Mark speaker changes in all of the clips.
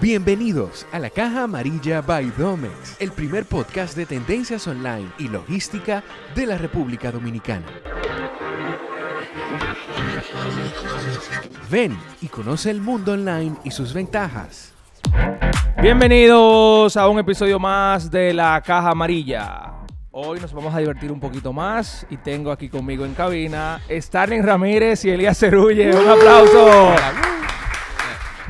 Speaker 1: Bienvenidos a la Caja Amarilla by Domex, el primer podcast de tendencias online y logística de la República Dominicana. Ven y conoce el mundo online y sus ventajas.
Speaker 2: Bienvenidos a un episodio más de La Caja Amarilla. Hoy nos vamos a divertir un poquito más y tengo aquí conmigo en cabina Starling Ramírez y Elías Cerulle. Un aplauso.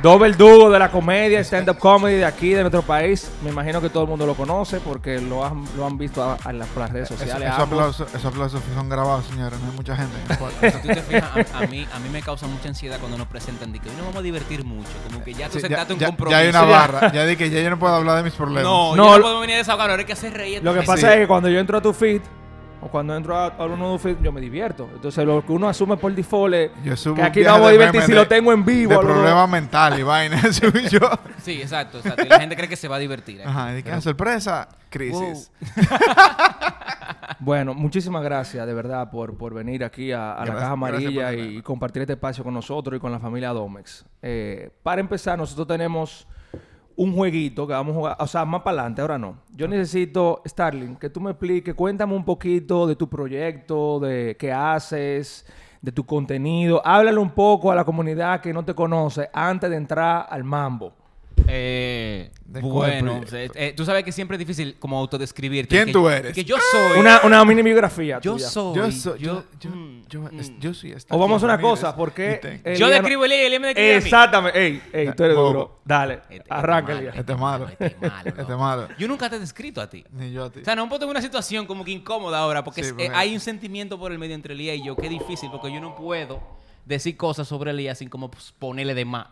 Speaker 2: Doble dúo de la comedia, stand-up comedy de aquí, de nuestro país. Me imagino que todo el mundo lo conoce porque lo han, lo han visto a- a las- por las redes
Speaker 3: Pues
Speaker 4: Eso-
Speaker 2: sociales.
Speaker 4: Esos
Speaker 2: ambos.
Speaker 4: aplausos, esos aplausos son grabados, señores. No hay mucha gente. no importa.
Speaker 3: Si tú te fijas, a, a mí, a mí me causa mucha ansiedad cuando nos presentan de que hoy nos vamos a divertir mucho. Como que ya tú
Speaker 4: Sí, ya,
Speaker 3: sentaste un
Speaker 4: ya-
Speaker 3: compromiso.
Speaker 4: ya hay una barra. Ya dije, ya yo no puedo hablar de mis problemas.
Speaker 2: No,
Speaker 3: No, no,
Speaker 2: lo-
Speaker 3: no podemos venir a desahogar, ahora hay que hacer reír.
Speaker 2: Lo que
Speaker 3: Sí.
Speaker 2: pasa
Speaker 4: Sí.
Speaker 2: es que cuando yo entro a tu feed o cuando entro a, a uno de tu feed, yo me divierto. Entonces, lo que uno asume por default es
Speaker 4: Yo subo
Speaker 2: que
Speaker 4: un
Speaker 2: aquí
Speaker 4: viaje
Speaker 2: no vamos a
Speaker 4: de
Speaker 2: divertir
Speaker 4: memes
Speaker 2: si
Speaker 4: de-
Speaker 2: lo tengo en vivo.
Speaker 4: De
Speaker 2: algo-
Speaker 4: problemas mentales y vainas. subí yo.
Speaker 3: Sí, exacto, exacto. Y la gente cree que se va a divertir.
Speaker 4: Ajá, y que "Ah, sorpresa, crisis.
Speaker 2: Bueno, muchísimas gracias de verdad por, por venir aquí a, a la
Speaker 4: Gracias-
Speaker 2: Caja Amarilla
Speaker 4: gracias por
Speaker 2: y, compartir este espacio con nosotros y con la familia Domex. Eh, para empezar, nosotros tenemos un jueguito que vamos a jugar, o sea, más para adelante, ahora no. Yo necesito, Starling, que tú me expliques, cuéntame un poquito de tu proyecto, de qué haces, de tu contenido. Háblale un poco a la comunidad que no te conoce antes de entrar al mambo.
Speaker 3: Eh,
Speaker 4: ¿De
Speaker 3: bueno,
Speaker 4: cuál proyecto?
Speaker 3: eh, eh, tú sabes que siempre es difícil como autodescribirte.
Speaker 4: ¿Quién
Speaker 3: Que-
Speaker 4: tú eres?
Speaker 3: Que yo soy.
Speaker 2: Ah, Una, una mini biografía.
Speaker 3: yo
Speaker 2: tuya.
Speaker 3: soy.
Speaker 4: Yo soy. Yo, yo,
Speaker 3: mm,
Speaker 4: yo-
Speaker 3: mm.
Speaker 4: es- yo soy esta.
Speaker 2: O vamos a una
Speaker 4: Ramírez,
Speaker 2: cosa, ¿por
Speaker 4: y
Speaker 2: qué? Eh,
Speaker 4: te-
Speaker 3: Yo
Speaker 2: Elías no-
Speaker 3: describo el él me describe a mí.
Speaker 2: Exactamente. Ey, ey, tú eres
Speaker 4: Bobo.
Speaker 2: duro. Dale,
Speaker 3: Este- este
Speaker 2: arranca
Speaker 3: malo,
Speaker 2: Elías.
Speaker 4: Este es malo.
Speaker 3: Este es malo,
Speaker 4: Este es
Speaker 3: loco.
Speaker 4: malo.
Speaker 3: Yo nunca te he descrito a ti.
Speaker 4: Ni yo a ti.
Speaker 3: O sea, nos pongo en una situación como que incómoda ahora, porque
Speaker 4: Este. Sí,
Speaker 3: es- eh,
Speaker 4: porque-
Speaker 3: hay un sentimiento por el medio entre Elías y yo que es difícil, porque yo no puedo decir cosas sobre Elías sin como pues, ponerle de más.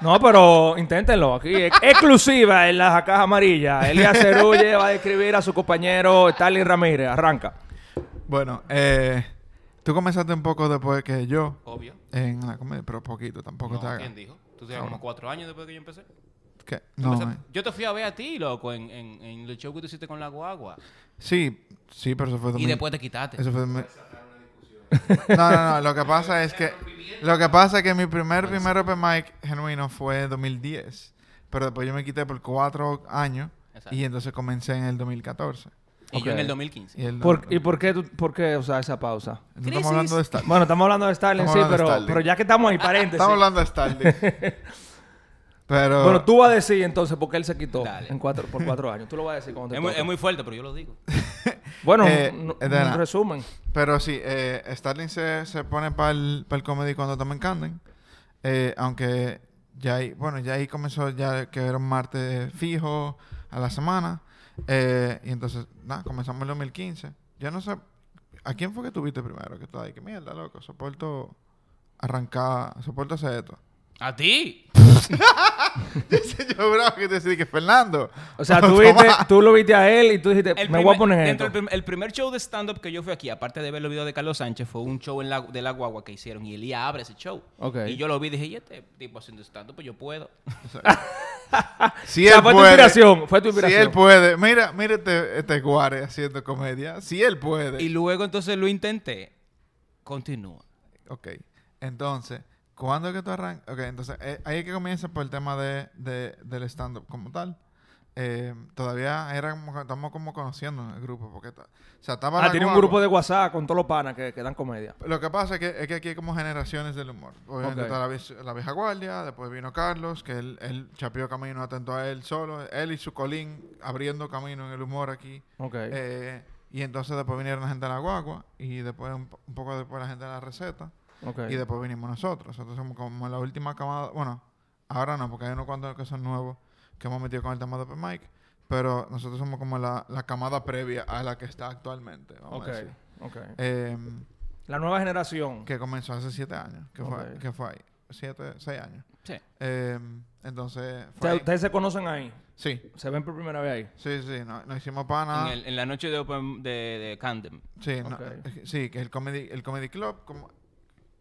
Speaker 2: No, pero inténtenlo aquí. Ex- Exclusiva en las cajas amarillas. Elías Cerulle va a describir a su compañero Stalin Ramírez. Arranca.
Speaker 4: Bueno, eh, tú comenzaste un poco después que yo
Speaker 3: Obvio.
Speaker 4: en la comedia, pero poquito, tampoco te
Speaker 3: No,
Speaker 4: hagas.
Speaker 3: ¿Quién dijo? Tú tenías como cuatro años después que yo empecé.
Speaker 4: ¿Qué?
Speaker 3: Tú
Speaker 4: No,
Speaker 3: empezaste-
Speaker 4: eh.
Speaker 3: Yo te fui a ver a ti, loco, en, en, en el show que tú hiciste con la guagua.
Speaker 4: Sí, sí, pero eso fue
Speaker 3: Y
Speaker 4: 2000.
Speaker 3: después te quitaste.
Speaker 4: Eso fue mi- No, no, no. Lo que pasa es que... Lo que pasa es que mi primer, primer open mic genuino fue en 2010. Pero después yo me quité por cuatro años.
Speaker 3: Exacto.
Speaker 4: Y entonces comencé en el 2014.
Speaker 3: Y yo en
Speaker 2: Ok.
Speaker 3: el 2015.
Speaker 4: Y, el,
Speaker 2: Por- ¿Y por qué, tú- por qué o sea, esa pausa?
Speaker 4: no estamos hablando de Starling.
Speaker 2: Bueno, estamos hablando de Stalin,
Speaker 4: Estamos
Speaker 2: sí,
Speaker 4: hablando de
Speaker 2: pero,
Speaker 4: Stalin.
Speaker 2: pero ya que estamos ahí, paréntesis.
Speaker 4: Estamos hablando de Starling. pero...
Speaker 2: Bueno, tú vas a decir entonces por qué él se quitó
Speaker 3: Dale.
Speaker 2: en cuatro, por cuatro años. Tú lo vas a decir cuando te
Speaker 3: Es muy,
Speaker 2: toque.
Speaker 3: es muy fuerte, pero yo lo digo.
Speaker 2: Bueno,
Speaker 4: Eh,
Speaker 2: un-
Speaker 4: de
Speaker 2: un
Speaker 4: nada.
Speaker 2: resumen.
Speaker 4: Pero sí, eh, Starling se, se pone para el, comedy cuando también canten. Eh, aunque ya ahí, bueno, ya ahí comenzó ya que era un martes fijo a la semana. Eh, y entonces, nada, comenzamos el 2015. Yo no sé, ¿a quién fue que tuviste primero? Que tú ahí, que mierda, loco, soporto arrancar, soporto hacer esto.
Speaker 3: ¿A ti?
Speaker 4: Yo bravo que te decía que Fernando.
Speaker 2: O sea, tú,
Speaker 4: Tomás.
Speaker 2: viste, tú lo viste a él y tú dijiste, me voy a
Speaker 3: primer-
Speaker 2: poner
Speaker 3: dentro
Speaker 2: esto.
Speaker 3: del prim- el primer show de stand-up que yo fui aquí, aparte de ver los videos de Carlos Sánchez, fue un show en la, de la guagua que hicieron y Elías abre ese show.
Speaker 2: Ok.
Speaker 3: Y yo lo vi y dije, ¿y este tipo haciendo stand-up? Pues yo puedo.
Speaker 4: Si
Speaker 2: O sea,
Speaker 4: él
Speaker 2: fue tu
Speaker 4: puede,
Speaker 2: inspiración, fue tu
Speaker 4: Si
Speaker 2: inspiración.
Speaker 4: él puede, mira, mira este, este guare haciendo comedia. Si él puede.
Speaker 3: Y luego entonces lo intenté. Continúa.
Speaker 4: Ok. Entonces, ¿cuándo es que tú arrancas? Ok, entonces, eh, ahí es que comienza por el tema de, de- del stand-up como tal. Eh, todavía era como que estamos como conociendo el grupo. Porque ta- o sea, estaba
Speaker 2: Ah,
Speaker 4: la
Speaker 2: tiene un
Speaker 4: guagua.
Speaker 2: grupo de WhatsApp con todos los panas que, que dan comedia.
Speaker 4: Lo que pasa es que, es que aquí hay como generaciones del humor. Obviamente
Speaker 2: Ok.
Speaker 4: está la, vie- la vieja guardia, después vino Carlos, que él, él chapeó camino atento a él solo. Él y su colín abriendo camino en el humor aquí.
Speaker 2: Ok.
Speaker 4: Eh, y entonces después vinieron la gente de la guagua y después un, po- un poco después la gente de la receta.
Speaker 2: ok.
Speaker 4: Y después vinimos nosotros. Nosotros somos como la última camada. Bueno, ahora no, porque hay unos cuantos que son nuevos que hemos metido con el tema de Open Mic. Pero nosotros somos como la, la camada previa a la que está actualmente. Vamos
Speaker 2: Ok,
Speaker 4: a decir.
Speaker 2: ok.
Speaker 4: Em,
Speaker 2: La nueva generación.
Speaker 4: que comenzó hace siete años. Que,
Speaker 2: Ok.
Speaker 4: fue, que fue ahí. Siete, seis años.
Speaker 3: Sí.
Speaker 4: Em, entonces.
Speaker 2: O
Speaker 4: Fue
Speaker 2: sea,
Speaker 4: ahí.
Speaker 2: ustedes se conocen ahí.
Speaker 4: Sí,
Speaker 2: Se ven por primera vez ahí.
Speaker 4: sí, sí. No, no hicimos
Speaker 3: En,
Speaker 4: pana.
Speaker 3: el- en la noche de, open, de, de Candem.
Speaker 4: Sí, no,
Speaker 2: Ok.
Speaker 4: eh, sí, que el comedy, el comedy club, como,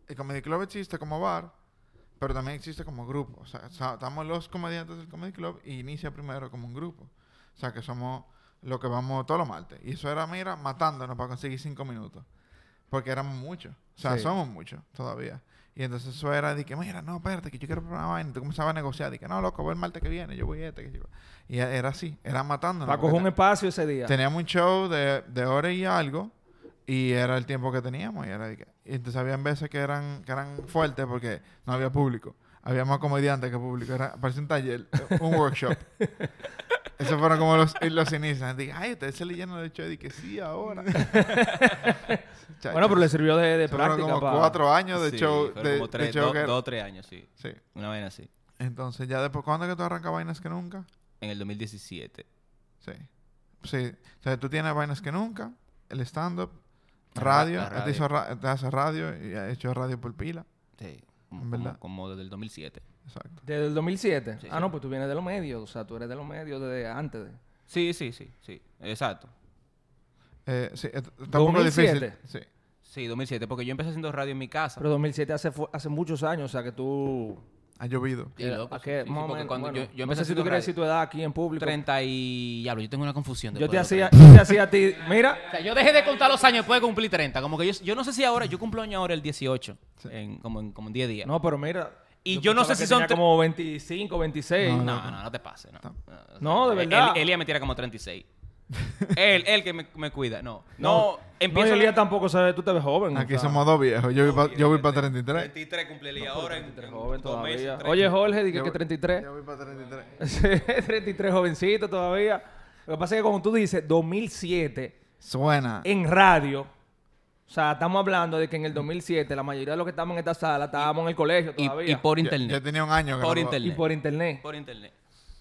Speaker 4: el comedy club existe como bar, pero también existe como grupo. O sea, sa- estamos los comediantes del comedy club y inicia primero como un grupo. O sea, que somos lo que vamos todos los martes. Y eso era, mira, matándonos para conseguir cinco minutos. Porque éramos muchos. O sea,
Speaker 2: Sí.
Speaker 4: somos muchos todavía. Y entonces eso era de que, mira, no, espérate, que yo quiero probar una vaina. Y tú comenzabas a negociar. Y que, no, loco, voy el martes que viene, yo voy este. Que yo... Y e- era así, era matándonos.
Speaker 2: Para
Speaker 4: porque
Speaker 2: coger un
Speaker 4: te-
Speaker 2: espacio ese día.
Speaker 4: Teníamos un show de, de hora y algo. Y era el tiempo que teníamos. Y, era de que- y entonces habían veces que eran, que eran fuertes porque no había público. Había más comediantes que público. Era, parecía un taller, un workshop. Esos fueron como los, los inicios. Dije, ay, ustedes se leyeron el show. Y dije, sí, ahora.
Speaker 2: Bueno, pero le sirvió de, de
Speaker 4: Eso fueron
Speaker 2: práctica
Speaker 4: como
Speaker 2: para...
Speaker 4: cuatro años de
Speaker 3: Sí,
Speaker 4: show.
Speaker 3: fueron
Speaker 4: De,
Speaker 3: como
Speaker 4: de
Speaker 3: tres,
Speaker 4: show
Speaker 3: do-
Speaker 4: que-
Speaker 3: dos o tres años, sí.
Speaker 4: Sí.
Speaker 3: Una vaina así.
Speaker 4: Entonces, ya después, ¿cuándo es que tú arrancas vainas que nunca?
Speaker 3: En el 2017.
Speaker 4: Sí. Sí. O sea, tú tienes vainas que nunca, el stand-up,
Speaker 3: La
Speaker 4: radio,
Speaker 3: ra- la
Speaker 4: Te, hizo ra- te hace radio y ha hecho radio por pila.
Speaker 3: Sí.
Speaker 4: En
Speaker 3: Como,
Speaker 4: verdad.
Speaker 3: como, como desde el 2007.
Speaker 4: Exacto.
Speaker 2: Desde el 2007.
Speaker 3: Sí,
Speaker 2: ah,
Speaker 3: sí.
Speaker 2: no, pues tú vienes de los medios. O sea, tú eres de los medios desde antes. de-
Speaker 3: Sí, sí, sí, sí. Exacto.
Speaker 4: Eh, sí, eh, está un poco difícil.
Speaker 2: 2007.
Speaker 4: Sí.
Speaker 3: Sí, 2007, porque yo empecé haciendo radio en mi casa.
Speaker 2: Pero 2007 hace, fu- hace muchos años. O sea, que tú...
Speaker 4: Ha llovido.
Speaker 3: Sí,
Speaker 2: eh,
Speaker 3: loco,
Speaker 2: ¿a qué?
Speaker 3: sí, sí,
Speaker 2: Más o
Speaker 3: porque
Speaker 2: menos,
Speaker 3: cuando
Speaker 2: bueno,
Speaker 3: yo- yo
Speaker 2: no
Speaker 3: empecé
Speaker 2: sé si tú
Speaker 3: haciendo
Speaker 2: quieres
Speaker 3: radio.
Speaker 2: decir tu edad aquí en público.
Speaker 3: 30 y... Diablo, yo tengo una confusión.
Speaker 2: Yo
Speaker 3: después
Speaker 2: te
Speaker 3: de
Speaker 2: hacía,
Speaker 3: los 30.
Speaker 2: yo te hacía a ti... Mira,
Speaker 3: O sea, yo dejé de contar los años después de cumplir 30. Como que yo, yo no sé si ahora, yo cumplo año ahora el 18, en, como, en, como en 10 días.
Speaker 2: No, pero mira.
Speaker 3: Y yo no
Speaker 2: pensaba
Speaker 3: sé
Speaker 2: que
Speaker 3: si son
Speaker 2: tenía
Speaker 3: tre-
Speaker 2: como 25, 26.
Speaker 3: no, no, no, te pases. No,
Speaker 2: No, de verdad.
Speaker 3: Él, Elías me tira como 36. él, él que me, me cuida. No, no,
Speaker 2: No,
Speaker 3: empiezo
Speaker 2: y
Speaker 3: el
Speaker 2: Elías tampoco sabe, tú te ves joven. o
Speaker 4: Aquí
Speaker 2: sea,
Speaker 4: somos dos viejos. Yo voy para yo voy pa 33.
Speaker 3: 23 cumple Elías ahora en, en
Speaker 2: Joven
Speaker 3: dos meses,
Speaker 2: todavía.
Speaker 3: tres.
Speaker 2: Oye, Jorge, dije
Speaker 4: Yo-
Speaker 2: que 33.
Speaker 4: Yo voy para 33.
Speaker 2: Sí, 33 jovencito todavía. Lo que pasa es que como tú dices, 2007
Speaker 4: Suena.
Speaker 2: en radio. O sea, estamos hablando de que en el 2007 la mayoría de los que estamos en esta sala estábamos en el colegio todavía.
Speaker 3: y, y por
Speaker 4: Yo, yo
Speaker 3: internet.
Speaker 4: tenía un año
Speaker 3: Por
Speaker 4: graduado.
Speaker 3: internet.
Speaker 2: Y por internet.
Speaker 3: Por internet.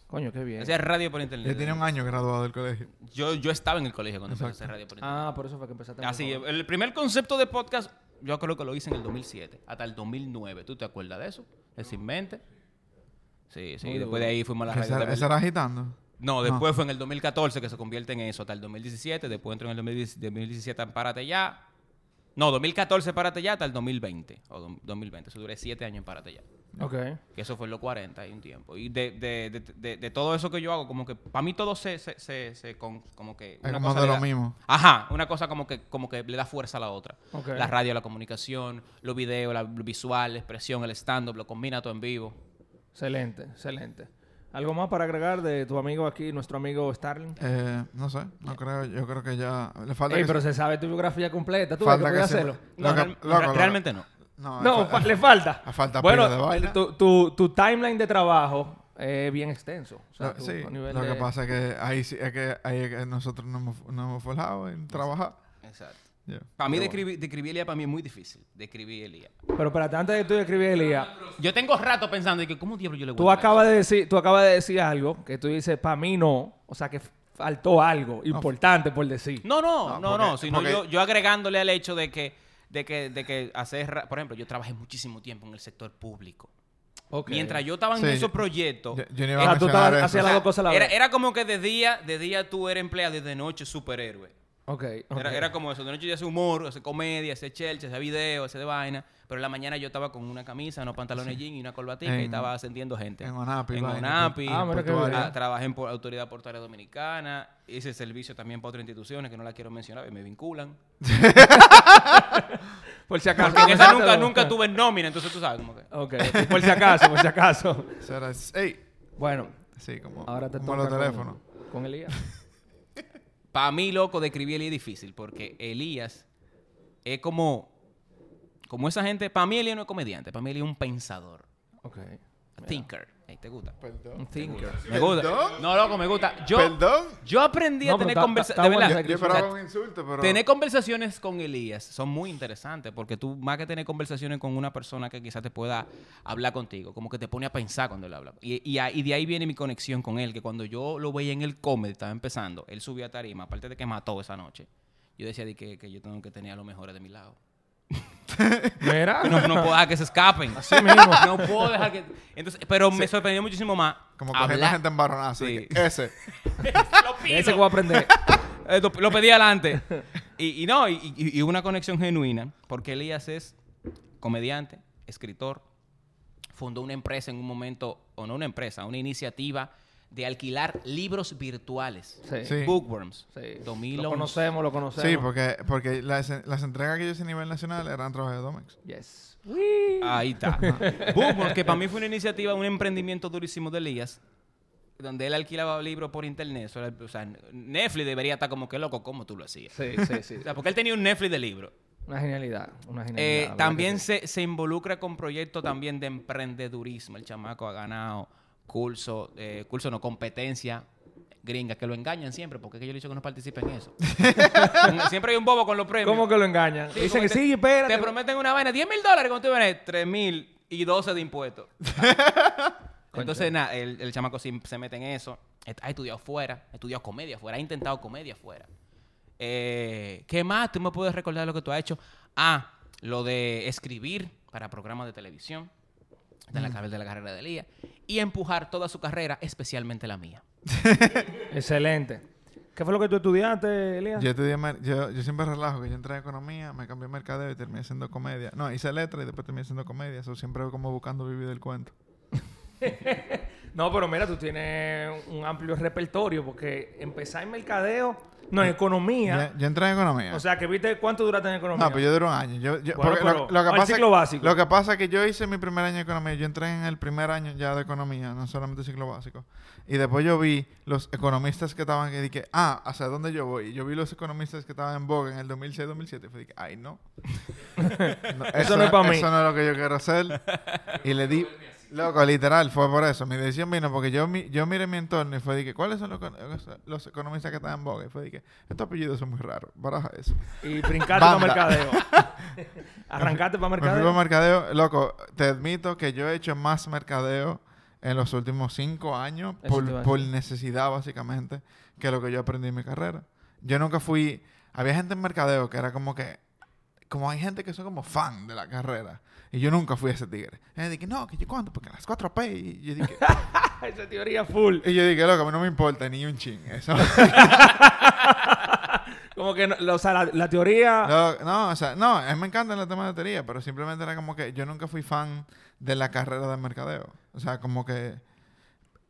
Speaker 2: Coño, qué bien.
Speaker 3: Hacía radio por internet.
Speaker 4: Yo tenía un año graduado del colegio.
Speaker 3: yo, yo estaba en el colegio cuando empecé a hacer radio por internet.
Speaker 2: Ah, por eso fue que empezaste. muy
Speaker 3: Así,
Speaker 2: joven.
Speaker 3: el primer concepto de podcast, yo creo que lo hice en el 2007, hasta el 2009. ¿Tú te acuerdas de eso? De Sin Mente. Sí, sí,
Speaker 2: Muy
Speaker 3: después de ahí fuimos a la radio.
Speaker 4: Esa,
Speaker 3: de-
Speaker 4: esa era agitando.
Speaker 3: No, después fue en el 2014 que se convierte en eso, hasta el 2017. Después entró en el 2010 2017 en Párate Ya. No, 2014 Párate Ya hasta el 2020. O do- 2020. Eso duré siete años en Párate Ya.
Speaker 2: Ok.
Speaker 3: Que eso fue en los 40 y un tiempo. Y de, de- de- de- de todo eso que yo hago, como que para mí todo se, se, se- se con- como que...
Speaker 4: Es como de
Speaker 3: le
Speaker 4: lo
Speaker 3: da-
Speaker 4: mismo.
Speaker 3: Ajá, una cosa como que, como que le da fuerza a la otra.
Speaker 2: Ok.
Speaker 3: La radio, la comunicación, los videos, la visual, la expresión, el stand-up, lo combina todo en vivo.
Speaker 2: Excelente, excelente. ¿Algo más para agregar de tu amigo aquí, nuestro amigo Starling?
Speaker 4: Eh, no sé. No creo. Yo creo que ya. Le falta
Speaker 2: Ey,
Speaker 4: que
Speaker 2: pero
Speaker 4: se-
Speaker 2: se sabe tu biografía completa. ¿Tú ves que
Speaker 4: falta
Speaker 2: podías
Speaker 4: se-
Speaker 2: hacerlo?
Speaker 3: No,
Speaker 4: Loco,
Speaker 3: real-
Speaker 4: loco,
Speaker 3: re-
Speaker 4: loco.
Speaker 3: realmente no.
Speaker 4: No,
Speaker 2: No,
Speaker 4: fa-
Speaker 2: fa- le falta.
Speaker 4: a falta
Speaker 2: bueno,
Speaker 4: pila de vaina.
Speaker 2: tu, tu, tu timeline de trabajo es bien extenso. O sea,
Speaker 4: Lo-
Speaker 2: tu-
Speaker 4: sí,
Speaker 2: tu nivel
Speaker 4: lo que
Speaker 2: de-
Speaker 4: pasa es que ahí sí, es que, ahí es que nosotros no hemos, no hemos forjado en trabajar.
Speaker 3: Exacto.
Speaker 4: Ya.
Speaker 3: Para mí,
Speaker 4: Pero
Speaker 3: describir describir Elías para mí es muy difícil. Describir Elías.
Speaker 2: Pero espérate, antes de tú escribir Elías,
Speaker 3: Yo tengo rato pensando de que, ¿cómo diablo yo le voy
Speaker 2: tú acabas de decir, tú acabas de decir algo que tú dices, para mí no. O sea, que f- faltó algo importante por decir.
Speaker 3: No,
Speaker 4: No,
Speaker 3: no, no,
Speaker 4: porque-
Speaker 3: no. Sino
Speaker 4: porque-
Speaker 3: yo, yo agregándole al hecho de que, de que, de que hacer. ra- Por ejemplo, yo trabajé muchísimo tiempo en el sector público.
Speaker 2: Ok.
Speaker 3: Mientras yo estaba en
Speaker 4: Sí,
Speaker 3: esos
Speaker 4: yo-
Speaker 3: proyectos.
Speaker 4: Yo, yo
Speaker 2: O
Speaker 4: no iba a
Speaker 2: sea, tú
Speaker 4: mencionar
Speaker 2: estabas-
Speaker 4: eso.
Speaker 2: hacías las dos cosas a la
Speaker 3: Era,
Speaker 2: vez.
Speaker 3: era como que de día, de día tú eras empleado y de noche superhéroe.
Speaker 2: Ok, ok.
Speaker 3: Era, era como eso. De noche yo hacía humor, hacía comedia, hacía chelcha, hacía video, hacía de vaina. Pero en la mañana yo estaba con una camisa, unos pantalones jeans y una corbatica y
Speaker 4: En-
Speaker 3: estaba ascendiendo gente.
Speaker 4: en Onapi,
Speaker 3: En
Speaker 4: vaina,
Speaker 3: Onapi.
Speaker 4: en
Speaker 2: Ah, mira qué bien.
Speaker 3: Ah, trabajé en por- Autoridad Portuaria Dominicana. Hice servicio también para otras instituciones que no las quiero mencionar y me vinculan.
Speaker 2: Por si acaso.
Speaker 3: Porque en esa nunca,
Speaker 2: Pero-
Speaker 3: nunca tuve nómina, entonces tú sabes como que.
Speaker 2: Ok, ok, por si acaso, por si acaso.
Speaker 4: Eso era, "Ey".
Speaker 2: Bueno,
Speaker 4: Sí, como,
Speaker 2: ahora te
Speaker 4: como
Speaker 2: toca
Speaker 4: los teléfonos.
Speaker 2: Con, con Elías.
Speaker 3: Para mí, loco, describí a Elías es difícil porque Elías es como. Como esa gente. Para mí, Elías no es comediante. Para mí, Elías es un pensador.
Speaker 2: Ok.
Speaker 3: Thinker. Ahí te gusta.
Speaker 2: Un thinker.
Speaker 3: Me gusta.
Speaker 4: ¿Perdón?
Speaker 3: No, loco, me gusta. Yo,
Speaker 4: Perdón.
Speaker 3: yo aprendí a
Speaker 2: No, pero
Speaker 3: tener
Speaker 2: está- está- está bueno
Speaker 3: conversaciones.
Speaker 2: ese
Speaker 4: Yo esperaba un insulto, pero.
Speaker 3: Tener conversaciones con Elías son muy interesantes porque tú, más que tener conversaciones con una persona que quizás te pueda hablar contigo, como que te pone a pensar cuando él habla. Y, y a- y de ahí viene mi conexión con él, que cuando yo lo veía en el comedy, estaba empezando, él subía a tarima, aparte de que mató esa noche, yo decía de que, que yo tengo que tener a los mejores de mi lado.
Speaker 2: Mira.
Speaker 3: No, no puedo dejar que se escapen.
Speaker 2: Sí mismo.
Speaker 3: No puedo dejar que... Entonces, pero me sorprendió muchísimo más.
Speaker 4: Como coger la gente en baronazo.
Speaker 3: Sí.
Speaker 4: de que, Ese.
Speaker 3: Lo pido.
Speaker 2: De Ese que voy a aprender.
Speaker 3: Eh, lo, lo pedí adelante. Y, y no, y, y- y una conexión genuina, porque Elías es comediante, escritor, fundó una empresa en un momento, o no una empresa, una iniciativa de alquilar libros virtuales.
Speaker 2: Sí.
Speaker 4: Sí.
Speaker 3: Bookworms.
Speaker 2: Sí. Lo
Speaker 3: 2011.
Speaker 2: conocemos, lo conocemos.
Speaker 4: Sí, porque, porque las, las entregas que yo hice a nivel nacional eran trabajo de Domex.
Speaker 2: Yes.
Speaker 3: Ahí está. Bookworms, que para mí fue una iniciativa, un emprendimiento durísimo de Elías, donde él alquilaba libros por internet. Eso era- o sea, Netflix debería estar como que loco, ¿cómo tú lo hacías?
Speaker 2: Sí, sí, sí.
Speaker 3: O sea, porque él tenía un Netflix de libros.
Speaker 2: Una genialidad. Una genialidad.
Speaker 3: Eh,
Speaker 2: la verdad
Speaker 3: también
Speaker 2: que sí.
Speaker 3: se, se involucra con proyectos también de emprendedurismo. El chamaco ha ganado curso, eh, curso no, competencia gringa, que lo engañan siempre, porque es que yo le he dicho que no participen en eso. siempre hay un bobo con los premios.
Speaker 2: ¿Cómo que lo engañan?
Speaker 3: Sí,
Speaker 2: Dicen
Speaker 3: porque
Speaker 2: que
Speaker 3: te-
Speaker 2: sí, espérate.
Speaker 3: Te prometen una vaina, 10 mil dólares, cuando tú vienes, 3 mil y 12 de impuestos. Entonces, nada, el, el chamaco sí se mete en eso. Est- Ha estudiado fuera, ha estudiado comedia fuera, ha intentado comedia fuera. Eh, ¿Qué más? ¿Tú me puedes recordar lo que tú has hecho? Ah, lo de escribir para programas de televisión. De
Speaker 4: Mm.
Speaker 3: la, de la carrera de Elías. Y empujar toda su carrera, especialmente la mía.
Speaker 2: Excelente. ¿Qué fue lo que tú estudiaste, Elías?
Speaker 4: Yo, estudié mer- yo, yo siempre relajo que yo entré a economía, me cambié a mercadeo y terminé haciendo comedia. No, hice letra y después terminé haciendo comedia. Eso siempre como buscando vivir del cuento.
Speaker 2: No, pero mira, tú tienes un amplio repertorio porque empezar en mercadeo, no, en economía.
Speaker 4: Yo, yo entré en economía.
Speaker 2: O sea, que viste cuánto duraste en economía.
Speaker 4: Eh, No, pues yo duré un año. Yo, yo-
Speaker 2: Bueno,
Speaker 4: porque lo-
Speaker 2: pero
Speaker 4: lo, que
Speaker 2: al
Speaker 4: pasa
Speaker 2: ciclo
Speaker 4: es,
Speaker 2: básico.
Speaker 4: Lo que pasa es que yo hice mi primer año de economía. Yo entré en el primer año ya de economía, no solamente ciclo básico. Y después yo vi los economistas que estaban que dije, ah, ¿hacia dónde yo voy? Y yo vi los economistas que estaban en boga en el 2006-2007. Y dije, ay, no. No,
Speaker 2: no es pa' mí.
Speaker 4: Eso no es lo que yo quiero hacer. y le di... Loco, literal, fue por eso. Mi decisión vino porque yo, mi- yo miré mi entorno y fue de que, ¿cuáles son los, econ- los economistas que están en boga? Y fue de que, estos apellidos son muy raros. Baraja eso.
Speaker 2: Y brincaste para
Speaker 4: Banda.
Speaker 2: mercadeo. Arrancaste para
Speaker 4: Me fui
Speaker 2: mercadeo.
Speaker 4: pa' mercadeo. Loco, te admito que yo he hecho más mercadeo en los últimos cinco años
Speaker 2: Eso te iba a
Speaker 4: por, por
Speaker 2: decir.
Speaker 4: necesidad, básicamente, que lo que yo aprendí en mi carrera. Yo nunca fui... Había gente en mercadeo que era como que... Como hay gente que son como fan de la carrera. Y yo nunca fui ese tigre. Y yo dije, no, que yo cuánto, porque las 4P. Y yo dije,
Speaker 2: Esa teoría full.
Speaker 4: y yo dije loco, a mí no me importa ni un ching eso.
Speaker 2: Como que, no- o sea, la, la teoría...
Speaker 4: No, no, o sea, no, a mí me encanta el tema de teoría, pero simplemente era como que yo nunca fui fan de la carrera de mercadeo. O sea, como que,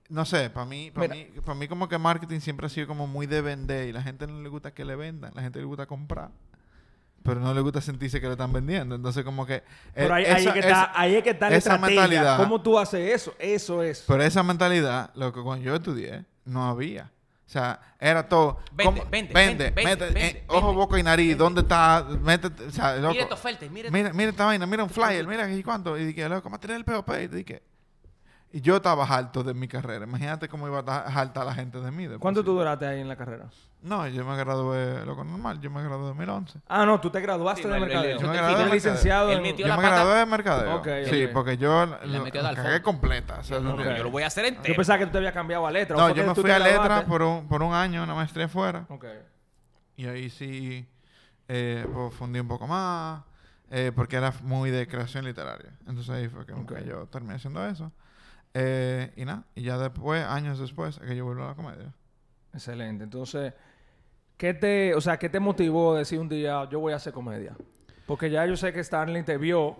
Speaker 4: no sé, para mí, para
Speaker 2: Mira.
Speaker 4: mí, pa' mí como que marketing siempre ha sido como muy de vender y la gente no le gusta que le vendan, la gente le gusta comprar, pero no le gusta sentirse que le están vendiendo. Entonces como que... eh,
Speaker 2: Pero ahí, ahí
Speaker 4: esa-
Speaker 2: es que
Speaker 4: esa-
Speaker 2: está, ahí es que está la
Speaker 4: esa
Speaker 2: estrategia.
Speaker 4: mentalidad-
Speaker 2: ¿Cómo tú haces eso? Eso es.
Speaker 4: pero esa mentalidad, lo que cuando yo estudié, no había. O sea, era todo.
Speaker 3: Vende,
Speaker 4: ¿cómo?
Speaker 3: vende, vende,
Speaker 4: mete,
Speaker 3: vende,
Speaker 4: eh,
Speaker 3: vende,
Speaker 4: ojo,
Speaker 3: vende.
Speaker 4: boca y nariz, ¿dónde está? Métete, o sea, loco.
Speaker 3: Mira esta oferta, mira
Speaker 4: Mira, mira esta vaina, mira un flyer, mira y cuánto. Y dije, loco, material POP. pues", Y dije, y yo estaba harto de mi carrera. Imagínate cómo iba a estar harta la gente de mí. después.
Speaker 2: ¿Cuánto tú duraste ahí en la carrera?
Speaker 4: No, yo me gradué, loco, normal. Yo me gradué en 2011.
Speaker 2: Ah, no, tú te graduaste
Speaker 3: Sí, no,
Speaker 2: de
Speaker 3: el- el-
Speaker 2: mercadeo.
Speaker 3: el-
Speaker 4: Yo me
Speaker 2: Tú
Speaker 4: gradué de
Speaker 2: eres
Speaker 4: mercadeo.
Speaker 2: licenciado
Speaker 3: Él
Speaker 2: en-
Speaker 3: metió
Speaker 4: Yo
Speaker 3: la
Speaker 4: me
Speaker 3: pata-
Speaker 4: gradué de mercadeo.
Speaker 2: Ok,
Speaker 4: sí,
Speaker 2: ok.
Speaker 4: porque yo
Speaker 3: la
Speaker 4: lo-
Speaker 3: metió de
Speaker 4: la
Speaker 3: alfombra.
Speaker 4: cagué completa. o sea, no-
Speaker 3: Yo lo voy a hacer entero.
Speaker 2: Yo pensaba que tú te habías cambiado a letras.
Speaker 4: no,
Speaker 2: Fue
Speaker 4: yo
Speaker 2: que
Speaker 4: me
Speaker 2: tú
Speaker 4: fui
Speaker 2: te
Speaker 4: a letras
Speaker 2: graduaste.
Speaker 4: por un, por un año, una maestría fuera.
Speaker 2: Ok.
Speaker 4: Y ahí sí eh, pues, fundí un poco más, eh, porque era muy de creación literaria. Entonces ahí fue que como que
Speaker 2: Ok.
Speaker 4: yo terminé haciendo eso. Eh, y nada, y ya después, años después, es que yo vuelvo a la comedia.
Speaker 2: Excelente. Entonces, ¿qué te, o sea, ¿qué te motivó a decir un día, yo voy a hacer comedia? Porque ya yo sé que Starling te vio,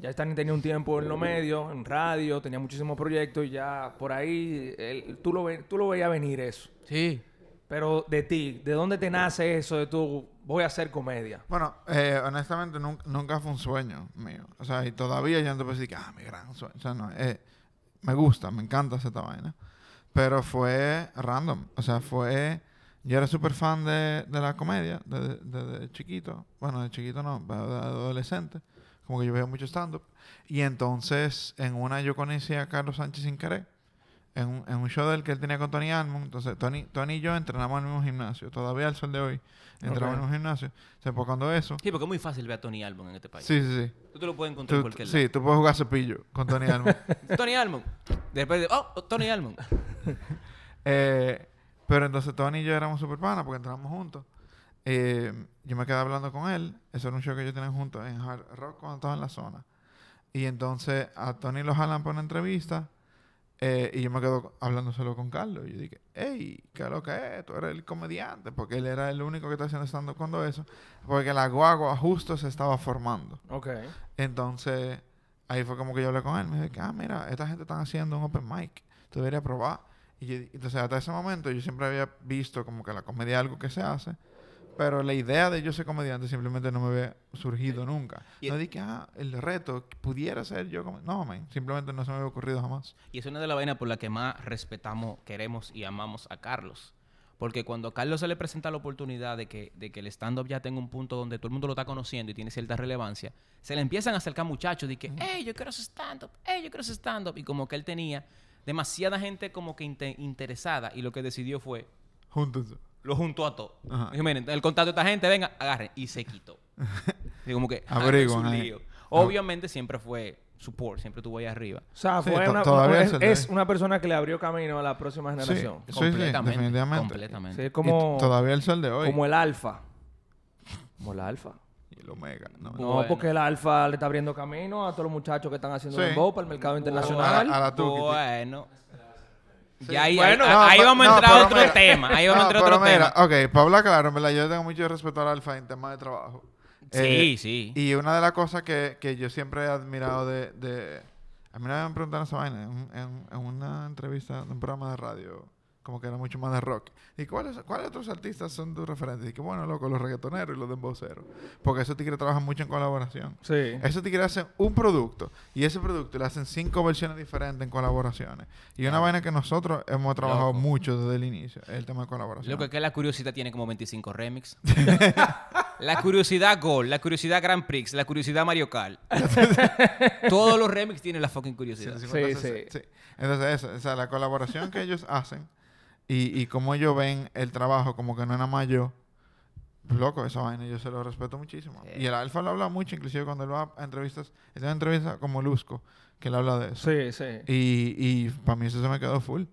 Speaker 2: ya Starling tenía un tiempo en los medios, en radio, tenía muchísimos proyectos y ya por ahí él- tú, lo, ve- tú lo veías venir eso.
Speaker 3: Sí.
Speaker 2: Pero de ti, ¿de dónde te nace eso de tú, voy a hacer comedia?
Speaker 4: Bueno, eh, honestamente nun- nunca fue un sueño mío. O sea, y todavía yo no te puedo decir que, ah, mi gran sueño. O sea, no, eh, me gusta, me encanta hacer esta vaina. Pero fue random. O sea, fue... Yo era súper fan de, de la comedia desde, desde chiquito. Bueno, de chiquito no, pero de adolescente. Como que yo veía mucho stand-up. Y entonces, en una yo conocí a Carlos Sánchez sin querer. En un, en un show del que él tenía con Tony Almond. Entonces, Tony, Tony y yo entrenamos en el mismo gimnasio. Todavía al sol de hoy.
Speaker 2: Ok.
Speaker 4: Entrenamos en el mismo gimnasio. Se fue cuando eso.
Speaker 3: Sí, porque es muy fácil ver a Tony Almond en este país.
Speaker 4: Sí, sí, sí.
Speaker 3: Tú te lo puedes encontrar en
Speaker 4: Tú,
Speaker 3: cualquier
Speaker 4: sí, tú puedes jugar cepillo con Tony Almond.
Speaker 3: lado. Tony Almond. De repente, oh, Tony Almond.
Speaker 4: Eh, pero entonces Tony y yo éramos super panas porque entrenamos juntos. Eh, yo me quedé hablando con él. Eso era un show que yo tenía juntos en Hard Rock cuando estaba en la zona. Y entonces a Tony lo jalan para una entrevista. eh, y yo me quedo hablando solo con Carlos. Y yo dije, hey, ¿qué lo que es? Tú eres el comediante. Porque él era el único que estaba haciendo stand cuando eso. Porque la guagua justo se estaba formando.
Speaker 2: Ok.
Speaker 4: Entonces, ahí fue como que yo hablé con él. Me dije, ah, mira, esta gente están haciendo un open mic. Tú deberías probar. Y yo- entonces, hasta ese momento, yo siempre había visto como que la comedia es algo que se hace, pero la idea de yo ser comediante simplemente no me había surgido nunca.
Speaker 3: Y-
Speaker 4: no dije, ah, el reto, pudiera ser yo como... No, man, simplemente no se me había ocurrido jamás.
Speaker 3: Y es una de las vainas por la que más respetamos, queremos y amamos a Carlos. Porque cuando a Carlos se le presenta la oportunidad de que, de que el stand-up ya tenga un punto donde todo el mundo lo está conociendo y tiene cierta relevancia, se le empiezan a acercar muchachos de que, hey, yo quiero hacer stand-up, hey, yo quiero hacer stand-up. Y como que él tenía demasiada gente como que inte- interesada y lo que decidió fue,
Speaker 4: Juntos.
Speaker 3: lo juntó a todo.
Speaker 4: Ajá.
Speaker 3: Dijo, miren, el contacto de esta gente, venga, agarren. Y se quitó. Digo, como que, ah, no, es
Speaker 4: Abrigo,
Speaker 3: un
Speaker 4: ajá.
Speaker 3: lío. Obviamente siempre fue support, siempre tuvo ahí arriba.
Speaker 2: O sea,
Speaker 4: Ah. Sí,
Speaker 2: fue
Speaker 4: to-
Speaker 2: una,
Speaker 4: todavía
Speaker 2: es,
Speaker 4: se le-
Speaker 2: es una persona que le abrió camino a la próxima
Speaker 4: Sí,
Speaker 2: generación.
Speaker 4: sí, sí, definitivamente.
Speaker 2: Sí,
Speaker 3: Completamente.
Speaker 2: es
Speaker 4: Y
Speaker 2: como,
Speaker 4: t- todavía el sol de hoy.
Speaker 2: como el alfa. Como el alfa.
Speaker 4: Y el omega. No,
Speaker 2: No,
Speaker 3: Bueno.
Speaker 2: porque el alfa le está abriendo camino a todos los muchachos que están haciendo
Speaker 4: Sí. Ah,
Speaker 2: un para el mercado internacional.
Speaker 4: Bueno, a la tuki,
Speaker 3: Bueno. Ya ahí,
Speaker 4: Bueno,
Speaker 3: ahí-
Speaker 4: no,
Speaker 3: ahí
Speaker 4: pero-
Speaker 3: vamos a
Speaker 4: ah, no,
Speaker 3: entrar a
Speaker 4: pero
Speaker 3: otro
Speaker 4: mira.
Speaker 3: tema. Ahí vamos a
Speaker 4: No,
Speaker 3: entrar a
Speaker 4: pero
Speaker 3: otro
Speaker 4: mira,
Speaker 3: tema.
Speaker 4: Ok, para hablar claro, en verdad, yo tengo mucho respeto al alfa en temas de trabajo.
Speaker 3: Sí,
Speaker 4: Eh,
Speaker 3: sí.
Speaker 4: Y una de las cosas que, que yo siempre he admirado de... de- a mí una vez me preguntaron esa vaina en, un- en- en una entrevista de un programa de radio, como que era mucho más de rock. ¿Y cuáles cuáles otros artistas son tus referentes? Y que bueno, loco, los reggaetoneros y los demboceros. Porque esos tigres trabajan mucho en colaboración.
Speaker 2: Sí.
Speaker 4: Esos tigres hacen un producto y ese producto le hacen cinco versiones diferentes en colaboraciones. Y una vaina que nosotros hemos trabajado
Speaker 3: Loco.
Speaker 4: mucho desde el inicio, el tema de colaboración.
Speaker 3: Lo que que la curiosidad tiene como 25 remix. la curiosidad Gol, la curiosidad Grand Prix, la curiosidad Mario Kart. Todos los remix tienen la fucking curiosidad.
Speaker 4: 150,
Speaker 2: Sí,
Speaker 4: 60, Entonces, eso, o sea, la colaboración que ellos hacen y, y cómo ellos ven el trabajo, como que no es nada más yo. Loco, esa vaina yo se lo respeto muchísimo.
Speaker 3: Sí.
Speaker 4: Y el Alfa lo habla mucho, inclusive cuando él va a entrevistas, él tiene una entrevista como Lusco, que él habla de eso.
Speaker 2: Sí, sí.
Speaker 4: Y, y para mí eso se me quedó full.